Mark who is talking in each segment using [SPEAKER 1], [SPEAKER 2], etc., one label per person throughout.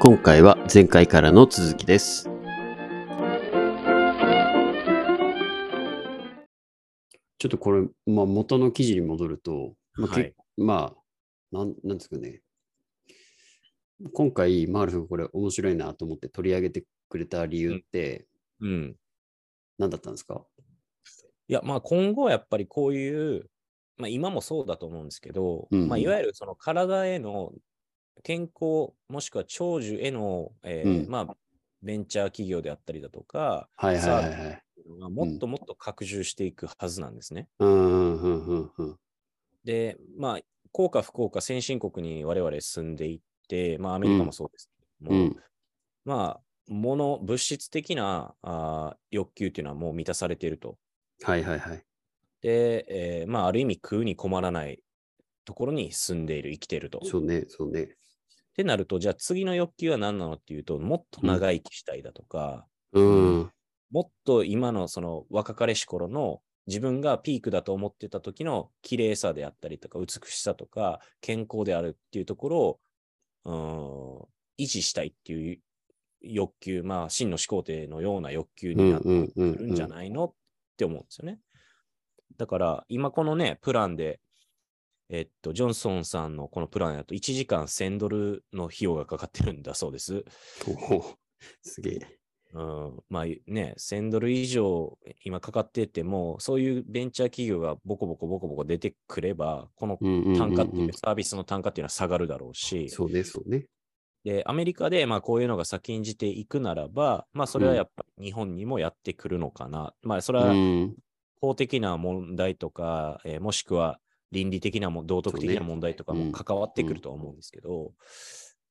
[SPEAKER 1] 今回は前回からの続きです。ちょっとこれ、まあ、元の記事に戻ると、まあ
[SPEAKER 2] はい
[SPEAKER 1] けまあ、なんなんですかね。今回、マールフがこれ面白いなと思って取り上げてくれた理由って
[SPEAKER 2] うん。
[SPEAKER 1] 何だったんですか、
[SPEAKER 2] いや、まあ今後はやっぱりこういう、まあ今もそうだと思うんですけど、
[SPEAKER 1] うんうん
[SPEAKER 2] まあいわゆるその体への健康、もしくは長寿への、えー
[SPEAKER 1] うん
[SPEAKER 2] まあベンチャー企業であったりだとか、
[SPEAKER 1] はいはいはいはい。
[SPEAKER 2] まあもっともっと拡充していくはずなんですね。
[SPEAKER 1] うんうんうんうん
[SPEAKER 2] で、まあ、効果不効果、先進国に我々住んでいって、まあアメリカもそうですけど
[SPEAKER 1] う
[SPEAKER 2] も、
[SPEAKER 1] ん。
[SPEAKER 2] まあ、物、物質的なあー欲求っていうのはもう満たされていると。
[SPEAKER 1] はいはいはい。
[SPEAKER 2] で、えーまあ、ある意味食うに困らないところに住んでいる、生きていると。っ
[SPEAKER 1] そうね、そうね。
[SPEAKER 2] てなると、じゃあ次の欲求は何なのっていうと、もっと長生きしたいだとか、
[SPEAKER 1] うん。
[SPEAKER 2] もっと今のその若かりし頃の自分がピークだと思ってた時の綺麗さであったりとか、美しさとか、健康であるっていうところを、うーん、維持したいっていう欲求、まあ、真の始皇帝のような欲求
[SPEAKER 1] う
[SPEAKER 2] に
[SPEAKER 1] ん
[SPEAKER 2] なって
[SPEAKER 1] うんうん
[SPEAKER 2] くるんじ
[SPEAKER 1] う
[SPEAKER 2] ゃ
[SPEAKER 1] ん。
[SPEAKER 2] ないのって思うんですよね。だから、今このね、プランで、えっと、ジョンソンさんのこのプランだと1時間1000ドルの費用がかかってるんだそうです。
[SPEAKER 1] おおすげえ。
[SPEAKER 2] うん、まあね、1000ドル以上今かかってても、そういうベンチャー企業がボコボコボコボコ出てくれば、この
[SPEAKER 1] うんうんうんうん
[SPEAKER 2] 単価っていう、サービスの単価っていうのは下がるだろうし、
[SPEAKER 1] そうね、そうね。
[SPEAKER 2] で、アメリカでまあこういうのが先んじていくならば、まあそれはやっぱり日本にもやってくるのかな。まあそれは
[SPEAKER 1] うん。
[SPEAKER 2] 法的な問題とか、えーもしくは倫理的なも道徳的
[SPEAKER 1] そう
[SPEAKER 2] な
[SPEAKER 1] ね
[SPEAKER 2] 問題とか
[SPEAKER 1] う
[SPEAKER 2] も
[SPEAKER 1] ん
[SPEAKER 2] 関わってくるとは思うんですけど、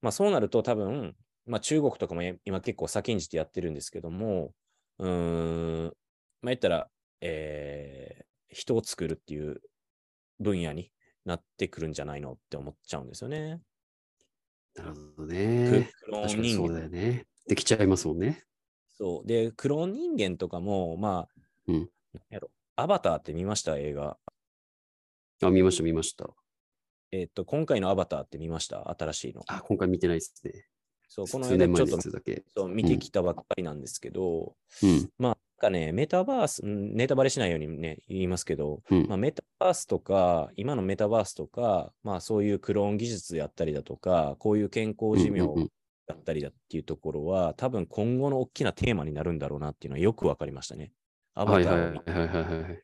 [SPEAKER 2] まあ、そうなると多分、まあ、中国とかもえ今結構先んじてやってるんですけどもうーんまあ言ったら、えー人を作るっていう分野になってくるんじゃないのって思っちゃうんですよね。
[SPEAKER 1] なるほど
[SPEAKER 2] ク
[SPEAKER 1] ね。
[SPEAKER 2] クロ
[SPEAKER 1] 確
[SPEAKER 2] ー
[SPEAKER 1] か
[SPEAKER 2] ン
[SPEAKER 1] に
[SPEAKER 2] 人
[SPEAKER 1] そ
[SPEAKER 2] 間
[SPEAKER 1] うだよね。できちゃいますもんね。
[SPEAKER 2] そう。で、クローン人間とかも、まあ、
[SPEAKER 1] うん
[SPEAKER 2] なんやろ。アバターって見ました映画。
[SPEAKER 1] あ、見ました、見ました。
[SPEAKER 2] えっ、と、今回のアバターって見ました新しいの。
[SPEAKER 1] あ、今回見てないですね。
[SPEAKER 2] そう、この
[SPEAKER 1] 数
[SPEAKER 2] 間
[SPEAKER 1] 年前
[SPEAKER 2] ちょっ
[SPEAKER 1] の
[SPEAKER 2] と
[SPEAKER 1] やつだけ。
[SPEAKER 2] そう見てきたばっかりなんですけど、
[SPEAKER 1] うん。
[SPEAKER 2] まあ、なんかね、メタバース、んネタバレしないようにね、言いますけど、
[SPEAKER 1] うん
[SPEAKER 2] まあ、メタバースとか、今のメタバースとか、まあ、そういうクローン技術やったりだとか、こういう健康寿命
[SPEAKER 1] うんうんうん
[SPEAKER 2] だったりだっていうところは、多分今後の大きなテーマになるんだろうなっていうのはよくわかりましたね。ア
[SPEAKER 1] は
[SPEAKER 2] バ
[SPEAKER 1] い
[SPEAKER 2] タ
[SPEAKER 1] はい
[SPEAKER 2] ーを
[SPEAKER 1] はい
[SPEAKER 2] 見
[SPEAKER 1] はいはいはい。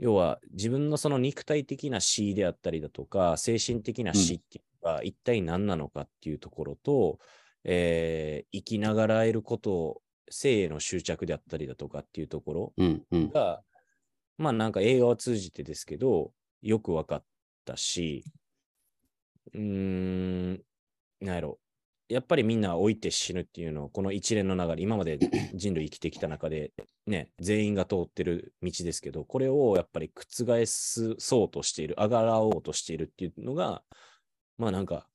[SPEAKER 2] 要は自分のその肉体的な死であったりだとか、精神的な死っていうのが一体何なのかっていうところと、えー生きながらえること、生への執着であったりだとかっていうところ
[SPEAKER 1] うんうん。
[SPEAKER 2] が、まあなんか映画を通じてですけど、よく分かったし、うーん、なんやろ。やっぱりみんな老いて死ぬっていうのを、この一連の流れ、今まで人類生きてきた中で、ね、全員が通ってる道ですけど、これをやっぱり覆すそうとしている、あがらおうとしているっていうのが、まあなんか、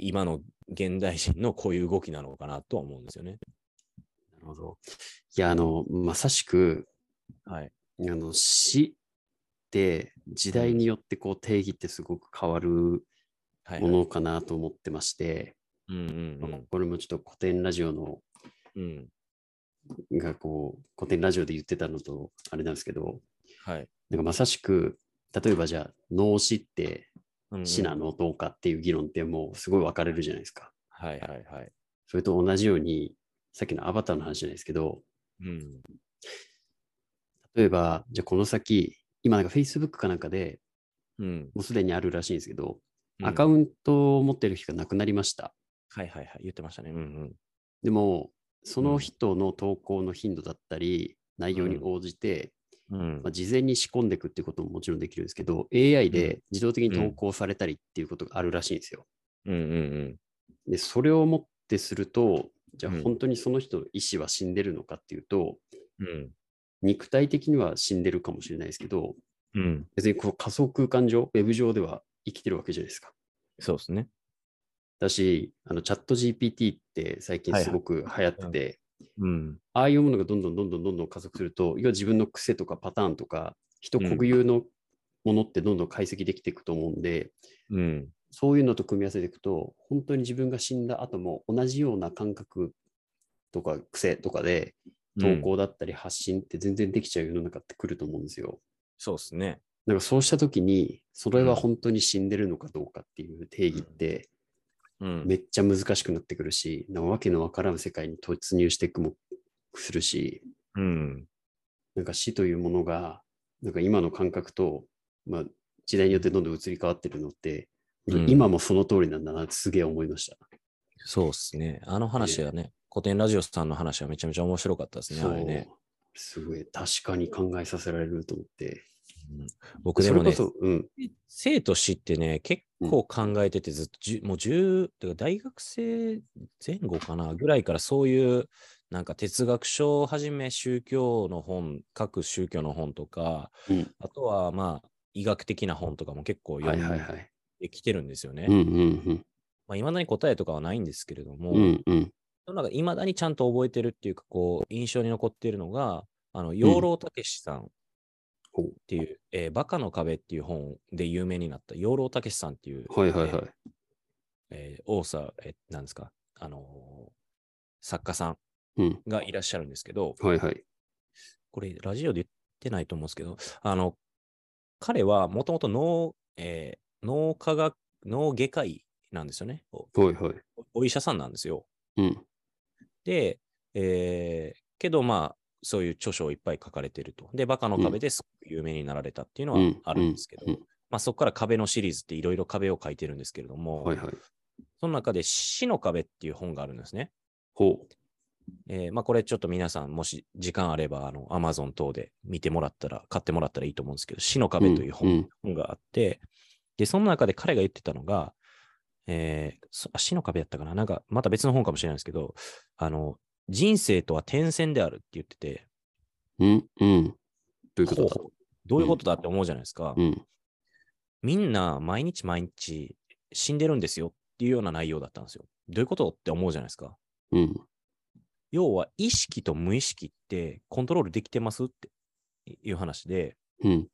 [SPEAKER 2] 今の現代人のこういう動きなのかなとは思うんですよね。
[SPEAKER 1] なるほど。いや、あの、まさしく、
[SPEAKER 2] はい。
[SPEAKER 1] あの死って時代によってこう定義ってすごく変わる
[SPEAKER 2] はい、
[SPEAKER 1] も
[SPEAKER 2] はい。
[SPEAKER 1] のかなと思ってまして、
[SPEAKER 2] うんうん
[SPEAKER 1] これもちょっと古典ラジオの
[SPEAKER 2] うん。うん。
[SPEAKER 1] がこう古典ラジオで言ってたのとあれなんですけど
[SPEAKER 2] はい。
[SPEAKER 1] なんかまさしく例えばじゃあ脳死って
[SPEAKER 2] うんうん
[SPEAKER 1] 死なのどうかっていう議論ってもうすごい分かれるじゃないですか。
[SPEAKER 2] はいはいはい。
[SPEAKER 1] それと同じようにさっきのアバターの話じゃないですけど
[SPEAKER 2] うん。
[SPEAKER 1] 例えばじゃあこの先今なんか Facebook かなんかで
[SPEAKER 2] うん。
[SPEAKER 1] もうすでにあるらしいんですけどアカ
[SPEAKER 2] ン
[SPEAKER 1] ウントを持ってる人がなくなりました。
[SPEAKER 2] ト。はいはいはい。言ってましたね。うんうん。
[SPEAKER 1] でも、そ
[SPEAKER 2] うん
[SPEAKER 1] の人の投稿の頻度だったり、内容に
[SPEAKER 2] うん
[SPEAKER 1] 応じて、
[SPEAKER 2] うん
[SPEAKER 1] まあ、事前に仕込んでいくっていうことももちろんできるんですけど、AI で自動的に投稿されたりっていうことがあるらしいんですよ。
[SPEAKER 2] うんうん
[SPEAKER 1] で、それをもってすると、じゃあ
[SPEAKER 2] うん
[SPEAKER 1] 本当にその人の意思は死んでるのかっていうと、
[SPEAKER 2] うん。
[SPEAKER 1] 肉体的には死んでるかもしれないですけど、
[SPEAKER 2] うん。うん。
[SPEAKER 1] 別にこう仮想空間上、ウェブ上では生きてるわけじゃないですか。
[SPEAKER 2] そうですね。
[SPEAKER 1] だし、あのチャット GPT って最近
[SPEAKER 2] はいはい
[SPEAKER 1] すごく流行ってて、
[SPEAKER 2] うん。
[SPEAKER 1] ああいうものがどんどんどんどんどんどん加速すると、要は自分の癖とかパターンとか、人
[SPEAKER 2] うん
[SPEAKER 1] 固有のものってどんどん解析できていくと思うんで、
[SPEAKER 2] うん。
[SPEAKER 1] そういうのと組み合わせていくと、本当に自分が死んだ後も同じような感覚とか癖とかで、投稿だったり発信って全然できちゃう世の中って来ると思うんですよ。
[SPEAKER 2] そうですね。
[SPEAKER 1] だからそうした時に、それは本当に死んでるのかどうかっていう定義って、
[SPEAKER 2] うん。
[SPEAKER 1] めっちゃ難しくなってくるし、なんかわけのわからん世界に突入していくもするし、
[SPEAKER 2] うん。
[SPEAKER 1] なんか死というものが、なんか今の感覚と、まあ、時代によってどんどん移り変わってるのって、
[SPEAKER 2] うん
[SPEAKER 1] 今もその通りなんだなってすげえ思いました。
[SPEAKER 2] そうですね。あの話はね、古典ラジオさんの話はめちゃめちゃ面白かったですね。
[SPEAKER 1] そ
[SPEAKER 2] あれね。
[SPEAKER 1] う。すごい、確かに考えさせられると思って。
[SPEAKER 2] 僕でもね、
[SPEAKER 1] それこそ、うん。
[SPEAKER 2] 生と死ってね、結構考えてて、ずっとじゅ、もう10、てか大学生前後かな、ぐらいからそういう、なんか哲学書をはじめ宗教の本、各宗教の本とか、
[SPEAKER 1] うん
[SPEAKER 2] あとはまあ、医学的な本とかも結構
[SPEAKER 1] は
[SPEAKER 2] 読
[SPEAKER 1] いはい
[SPEAKER 2] ん
[SPEAKER 1] はい。
[SPEAKER 2] できてるんですよね。
[SPEAKER 1] うん
[SPEAKER 2] い
[SPEAKER 1] うん
[SPEAKER 2] まあ、未だに答えとかはないんですけれども、
[SPEAKER 1] うん。うんうん。
[SPEAKER 2] その中いまだにちゃんと覚えてるっていうか、こう、印象に残っているのが、あの、養老たけしさんっ
[SPEAKER 1] ほう
[SPEAKER 2] ていう、えーバカの壁っていう本で有名になった、養老たけしさんっていう、
[SPEAKER 1] はいはいはい。
[SPEAKER 2] えー、大沢、えーなんですか、あのー作家さん
[SPEAKER 1] うん。
[SPEAKER 2] がいらっしゃるんですけど、
[SPEAKER 1] はいはい。
[SPEAKER 2] これ、ラジオで言ってないと思うんですけど、あの、彼はもともと脳、えー脳科学、脳外科医なんですよね。お
[SPEAKER 1] はいはい。
[SPEAKER 2] お医者さんなんですよ。
[SPEAKER 1] うん。
[SPEAKER 2] で、えーけどまあ、そういう著書をいっぱい書かれてると。で、バカの壁ですごく有名になられたっていうの
[SPEAKER 1] う
[SPEAKER 2] は
[SPEAKER 1] ん
[SPEAKER 2] あるんですけど、
[SPEAKER 1] うんうん
[SPEAKER 2] まあそこから壁のシリーズっていろいろ壁を書いてるんですけれども、
[SPEAKER 1] はいはい。
[SPEAKER 2] その中で死の壁っていう本があるんですね。
[SPEAKER 1] ほ
[SPEAKER 2] えーまあこれちょっと皆さんもし時間あれば、あの、Amazon 等で見てもらったら、買ってもらったらいいと思うんですけど、死の
[SPEAKER 1] う。
[SPEAKER 2] 壁という本,、
[SPEAKER 1] んん
[SPEAKER 2] 本があって、で、その中で彼が言ってたのが、えーそあ死の壁やったかななんかまた別の本かもしれないですけど、あの、人生とは転戦であるって言ってて、
[SPEAKER 1] うん。うん。ということだ
[SPEAKER 2] ほ。うどういうことだって思うじゃないですか。
[SPEAKER 1] うん。
[SPEAKER 2] みんな毎日毎日死んでるんですよっていうような内容だったんですよ。どういうことって思うじゃないですか。
[SPEAKER 1] うん。
[SPEAKER 2] 要は意識と無意識ってコントロールできてますっていう話で、
[SPEAKER 1] うん。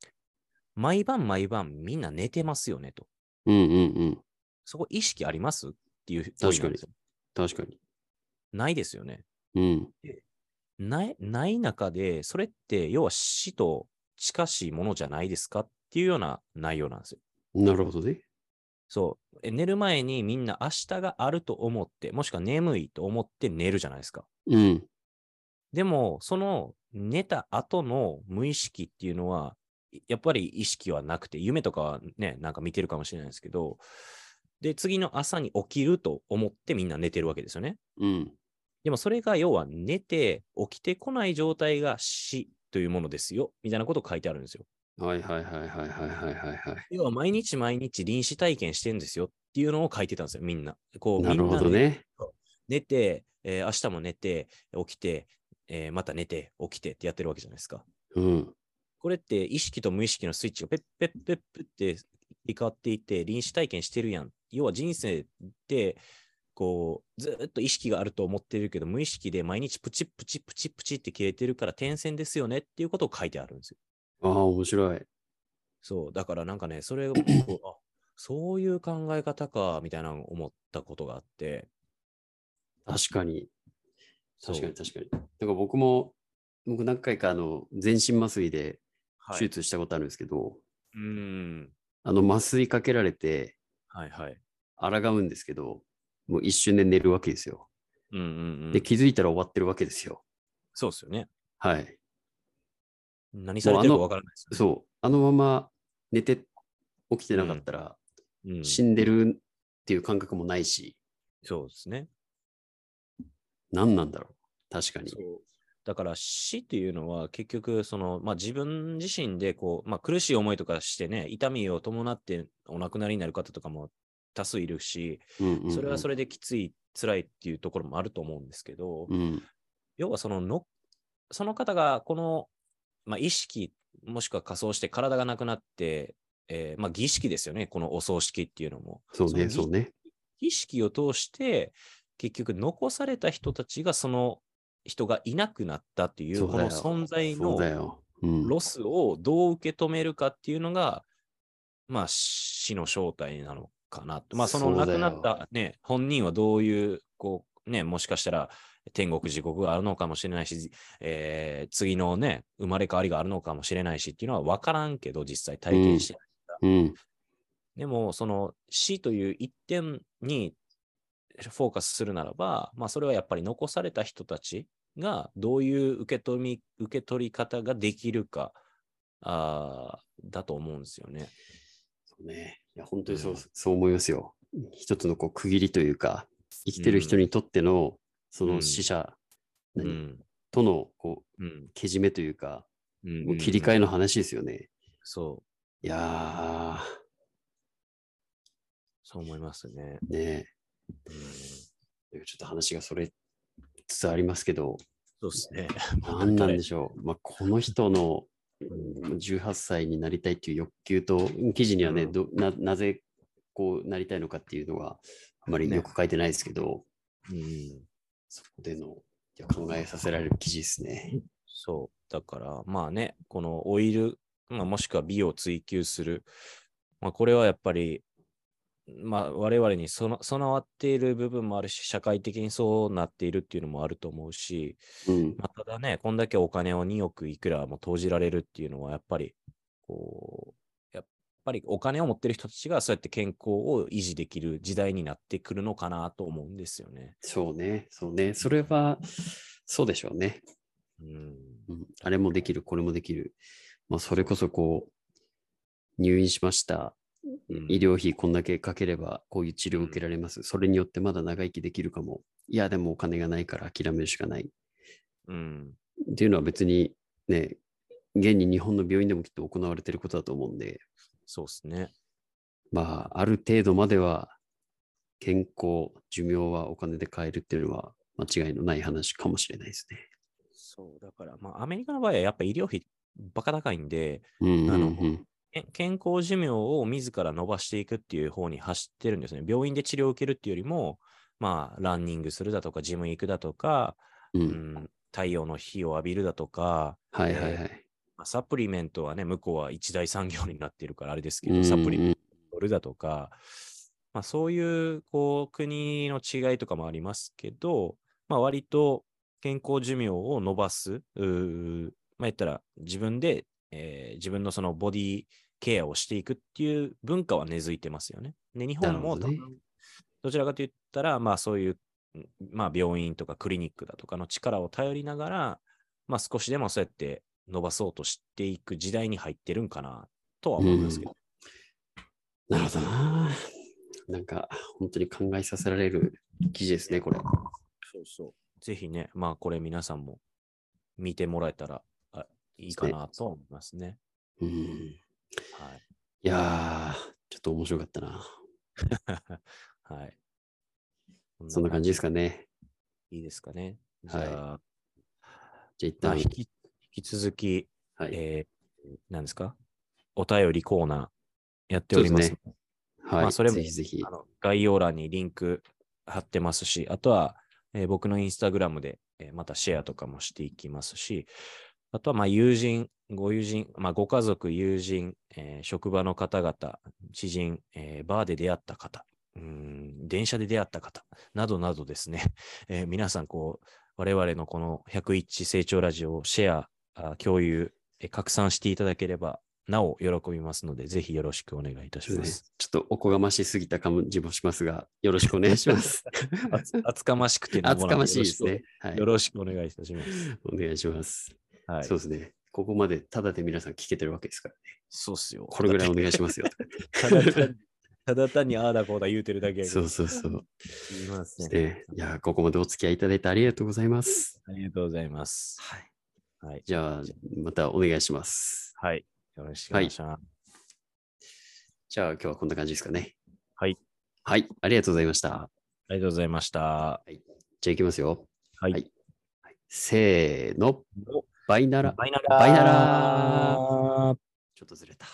[SPEAKER 2] 毎晩毎晩みんな寝てますよねと。
[SPEAKER 1] うんうんうん。
[SPEAKER 2] そこ意識ありますっていう
[SPEAKER 1] かに
[SPEAKER 2] 問いなんですよ
[SPEAKER 1] 確かに。
[SPEAKER 2] ないですよね。
[SPEAKER 1] うん。
[SPEAKER 2] ない、ない中で、それって要は死と近しいものじゃないですかっていうような内容なんですよ。
[SPEAKER 1] なるほどね。
[SPEAKER 2] そう。え寝る前にみんな明日があると思って、もしくは眠いと思って寝るじゃないですか。
[SPEAKER 1] うん。
[SPEAKER 2] でも、その寝た後の無意識っていうのは、いやっぱり意識はなくて、夢とかはね、なんか見てるかもしれないですけど、で、次の朝に起きると思ってみんな寝てるわけですよね。
[SPEAKER 1] うん。
[SPEAKER 2] でもそれが要は寝て起きてこない状態が死というものですよ、みたいなこと書いてあるんですよ。
[SPEAKER 1] はいはいはいはいはいはいはいはい。
[SPEAKER 2] 要は毎日毎日臨死体験してるんですよっていうのを書いてたんですよ、みんな。こう、
[SPEAKER 1] なるほ
[SPEAKER 2] み
[SPEAKER 1] ど
[SPEAKER 2] んな
[SPEAKER 1] ね。
[SPEAKER 2] 寝て、えー明日も寝て、起きて、えーまた寝て、起きてってやってるわけじゃないですか。
[SPEAKER 1] うん。
[SPEAKER 2] これって意識と無意識のスイッチがペッペッペッペッって入れ替わっていて、臨死体験してるやん。要は人生って、こう、ずーっと意識があると思ってるけど、無意識で毎日プチプチプチプチって消えてるから点線ですよねっていうことを書いてあるんですよ。
[SPEAKER 1] ああ、面白い。
[SPEAKER 2] そう、だからなんかね、それをこうあそういう考え方か、みたいなのを思ったことがあって、
[SPEAKER 1] 確かに。
[SPEAKER 2] そう
[SPEAKER 1] 確かに確かに。なんか僕も、僕何回かあの、全身麻酔で
[SPEAKER 2] はい、
[SPEAKER 1] 手術したことあるんですけど、
[SPEAKER 2] うーん、
[SPEAKER 1] あの、麻酔かけられて、
[SPEAKER 2] はいはい。
[SPEAKER 1] 抗うんですけど、もう一瞬で寝るわけですよ。
[SPEAKER 2] うんうんうん
[SPEAKER 1] で、気づいたら終わってるわけですよ。
[SPEAKER 2] そうですよね。
[SPEAKER 1] はい。
[SPEAKER 2] 何されてるかわからないですよね。
[SPEAKER 1] そう。あのまま寝て、起きてなかったら、
[SPEAKER 2] うん
[SPEAKER 1] 死んでるっていう感覚もないし、
[SPEAKER 2] そうですね。
[SPEAKER 1] 何なんだろう。確かに。
[SPEAKER 2] そうだから死っていうのは結局その、まあ、自分自身でこう、まあ、苦しい思いとかしてね痛みを伴ってお亡くなりになる方とかも多数いるし
[SPEAKER 1] うんうんうん
[SPEAKER 2] それはそれできつい辛いっていうところもあると思うんですけど、
[SPEAKER 1] うん。
[SPEAKER 2] 要はそののその方がこの、まあ、意識もしくは仮想して体がなくなって、えーまあ、儀式ですよねこのお葬式っていうのも。
[SPEAKER 1] そうね、
[SPEAKER 2] その儀
[SPEAKER 1] そうね。
[SPEAKER 2] 意識を通して、結局残された人たちがその人がいなくなったっていう、
[SPEAKER 1] そ
[SPEAKER 2] こ
[SPEAKER 1] うだ
[SPEAKER 2] の
[SPEAKER 1] よ
[SPEAKER 2] 存在
[SPEAKER 1] そうだ
[SPEAKER 2] の
[SPEAKER 1] よ。うん。
[SPEAKER 2] ロスをどう受け止めるかっていうのが、まあ死の正体なのかなと。まあ、その亡くなった、ね、本人はどういう、こう、ね、もしかしたら天国、地獄があるのかもしれないし、えー次のね、生まれ変わりがあるのかもしれないしっていうのは分からんけど、実際体験してない
[SPEAKER 1] うん。
[SPEAKER 2] でも、その死という一点にフォーカスするならば、まあ、それはやっぱり残された人たちがどういう受け取り受け取り方ができるかあーだと思うんですよね。
[SPEAKER 1] そうね。いや、本当にそう、
[SPEAKER 2] うん
[SPEAKER 1] そう思いますよ。一つのこう区切りというか、生きてる人にとっての、そうの
[SPEAKER 2] ん
[SPEAKER 1] 死者、
[SPEAKER 2] う
[SPEAKER 1] 何
[SPEAKER 2] ん。
[SPEAKER 1] とのこう
[SPEAKER 2] うん。
[SPEAKER 1] けじめというか、
[SPEAKER 2] うん
[SPEAKER 1] もう切り替
[SPEAKER 2] え。
[SPEAKER 1] えの話ですよね。
[SPEAKER 2] そう。
[SPEAKER 1] いや
[SPEAKER 2] そう思いますね。
[SPEAKER 1] ー、ね
[SPEAKER 2] うん
[SPEAKER 1] えちょっと話がそれつつありますけど、
[SPEAKER 2] そうですね。
[SPEAKER 1] 何なんでしょう。まあ、この人のうん18歳になりたいっていう欲求と、記事にはね、
[SPEAKER 2] うん
[SPEAKER 1] どななぜこうなりたいのかっていうのがあまりよく書いてないですけど、
[SPEAKER 2] うん。
[SPEAKER 1] そこでのいや考えさせられる記事ですね。
[SPEAKER 2] そう。だから、まあね、このオイル、まあ、もしくは美を追求する。まあ、これはやっぱり、まあ、我々にその備わっている部分もあるし、社会的にそうなっているっていうのもあると思うし、
[SPEAKER 1] うん、
[SPEAKER 2] まあ、ただね、こんだけお金を2億いくらも投じられるっていうのは、やっぱり、こう、やっぱりお金を持ってる人たちがそうやって健康を維持できる時代になってくるのかなと思うんですよね。
[SPEAKER 1] そうね、そうね。それは、そうでしょうね。
[SPEAKER 2] うん。
[SPEAKER 1] うんあれもできる、これもできる。まあ、それこそこう、入院しました。
[SPEAKER 2] うん
[SPEAKER 1] 医療費こんだけかければ、こういう治療を受けられます。それによってまだ長生きできるかも。いや、でもお金がないから諦めるしかない。
[SPEAKER 2] うん。
[SPEAKER 1] っていうのは別にね、現に日本の病院でもきっと行われてることだと思うんで、
[SPEAKER 2] そうですね。
[SPEAKER 1] まあ、ある程度までは健康、寿命はお金で買えるっていうのは間違いのない話かもしれないですね。
[SPEAKER 2] そう、だから、まあ、アメリカの場合はやっぱ医療費バカ高いんで、
[SPEAKER 1] うん
[SPEAKER 2] なる
[SPEAKER 1] うんうん
[SPEAKER 2] け健康寿命を自ら伸ばしていくっていう方に走ってるんですね。病院で治療を受けるっていうよりも、まあ、ランニングするだとか、ジム行くだとか、
[SPEAKER 1] う。
[SPEAKER 2] うんん、太陽の日を浴びるだとか、
[SPEAKER 1] はいはいはい。
[SPEAKER 2] まあサプリメントはね、向こうは一大産業になってるからあれですけ
[SPEAKER 1] うんうんう
[SPEAKER 2] ど、
[SPEAKER 1] ん
[SPEAKER 2] サプリメントを取るだとか、まあ、そういうこう国の違いとかもありますけど、まあ、割と健康寿命を伸ばす、うーまあ、言ったら自分で、えー自分のそのボディケアをしていくっていう文化は根付いてますよね。で日本
[SPEAKER 1] なる
[SPEAKER 2] も
[SPEAKER 1] ほどね
[SPEAKER 2] 多分どちらかと言ったら、まあそういう、んまあ、病院とかクリニックだとかの力を頼りながら、まあ、少しでもそうやって伸ばそうとしていく時代に入ってるんかなとは思うんですけど。
[SPEAKER 1] なるほどな。なんか、本当に考えさせられる記事ですね、これ。
[SPEAKER 2] そうそう。ぜひね、まあこれ皆さんも見てもらえたらあいいかなとは思いますね。
[SPEAKER 1] うん、い
[SPEAKER 2] はい。
[SPEAKER 1] やー、ちょっと面白かったな。
[SPEAKER 2] はい。
[SPEAKER 1] そんな感じです
[SPEAKER 2] か
[SPEAKER 1] かね。
[SPEAKER 2] いいですかね。じゃ
[SPEAKER 1] はい
[SPEAKER 2] あ、
[SPEAKER 1] じゃあ一
[SPEAKER 2] まあ
[SPEAKER 1] 旦
[SPEAKER 2] 引、き引き続き、
[SPEAKER 1] はい。
[SPEAKER 2] えー、何ですかお便りコーナーやっております。
[SPEAKER 1] そうは
[SPEAKER 2] ま
[SPEAKER 1] い。
[SPEAKER 2] あそれも
[SPEAKER 1] ぜひぜひ
[SPEAKER 2] あ。の概要欄にリンク貼ってますし、あとは、えー僕のインスタグラムで、えーまたシェアとかもしていきますし、あとはまあ友人、ご友人、まあ、ご家族、友人、えー職場の方々、知人、えーバーで出会った方、うーん電車で出会った方などなどですね、 えー皆さんこう、我々のこの101成長ラジオをシェア、あ共有、えー拡散していただければ、なお喜びますので、ぜひよろしくお願いいたし
[SPEAKER 1] そう
[SPEAKER 2] ま
[SPEAKER 1] ですす。ねちょっとおこがましすぎた感じもしますが、よろしくお願いし ます。
[SPEAKER 2] 厚厚かましくてなん
[SPEAKER 1] 厚
[SPEAKER 2] ぼな
[SPEAKER 1] か
[SPEAKER 2] ん
[SPEAKER 1] ましいですね。はい
[SPEAKER 2] よ。ろしくお願いいたします。
[SPEAKER 1] お願いします。
[SPEAKER 2] はい。
[SPEAKER 1] そうですね。ここまでただで皆さん聞けてるわけです から、
[SPEAKER 2] そうっすよ。
[SPEAKER 1] これぐらいお願いしますよ。
[SPEAKER 2] ただ 単にただ単にああだこうだ言うてるだけやけ
[SPEAKER 1] そ
[SPEAKER 2] ど。
[SPEAKER 1] うそうそう。
[SPEAKER 2] すいません。
[SPEAKER 1] ね、いや、ここまでお付き合いいただいてありがとうございます。
[SPEAKER 2] ありがとうございます。
[SPEAKER 1] はい。
[SPEAKER 2] はい。
[SPEAKER 1] じゃあ、またお願いします。
[SPEAKER 2] はい。よろしくお願いします。
[SPEAKER 1] じゃあ、今日はこんな感じですかね。
[SPEAKER 2] はい。
[SPEAKER 1] はい、ありがとうございました。
[SPEAKER 2] ありがとうございました。
[SPEAKER 1] じゃあ、いきますよ。
[SPEAKER 2] はい
[SPEAKER 1] はいせーの、バイナラ。
[SPEAKER 2] バイナ
[SPEAKER 1] バイナ
[SPEAKER 2] ラ
[SPEAKER 1] ラ
[SPEAKER 2] ー。
[SPEAKER 1] ちょっとずれた。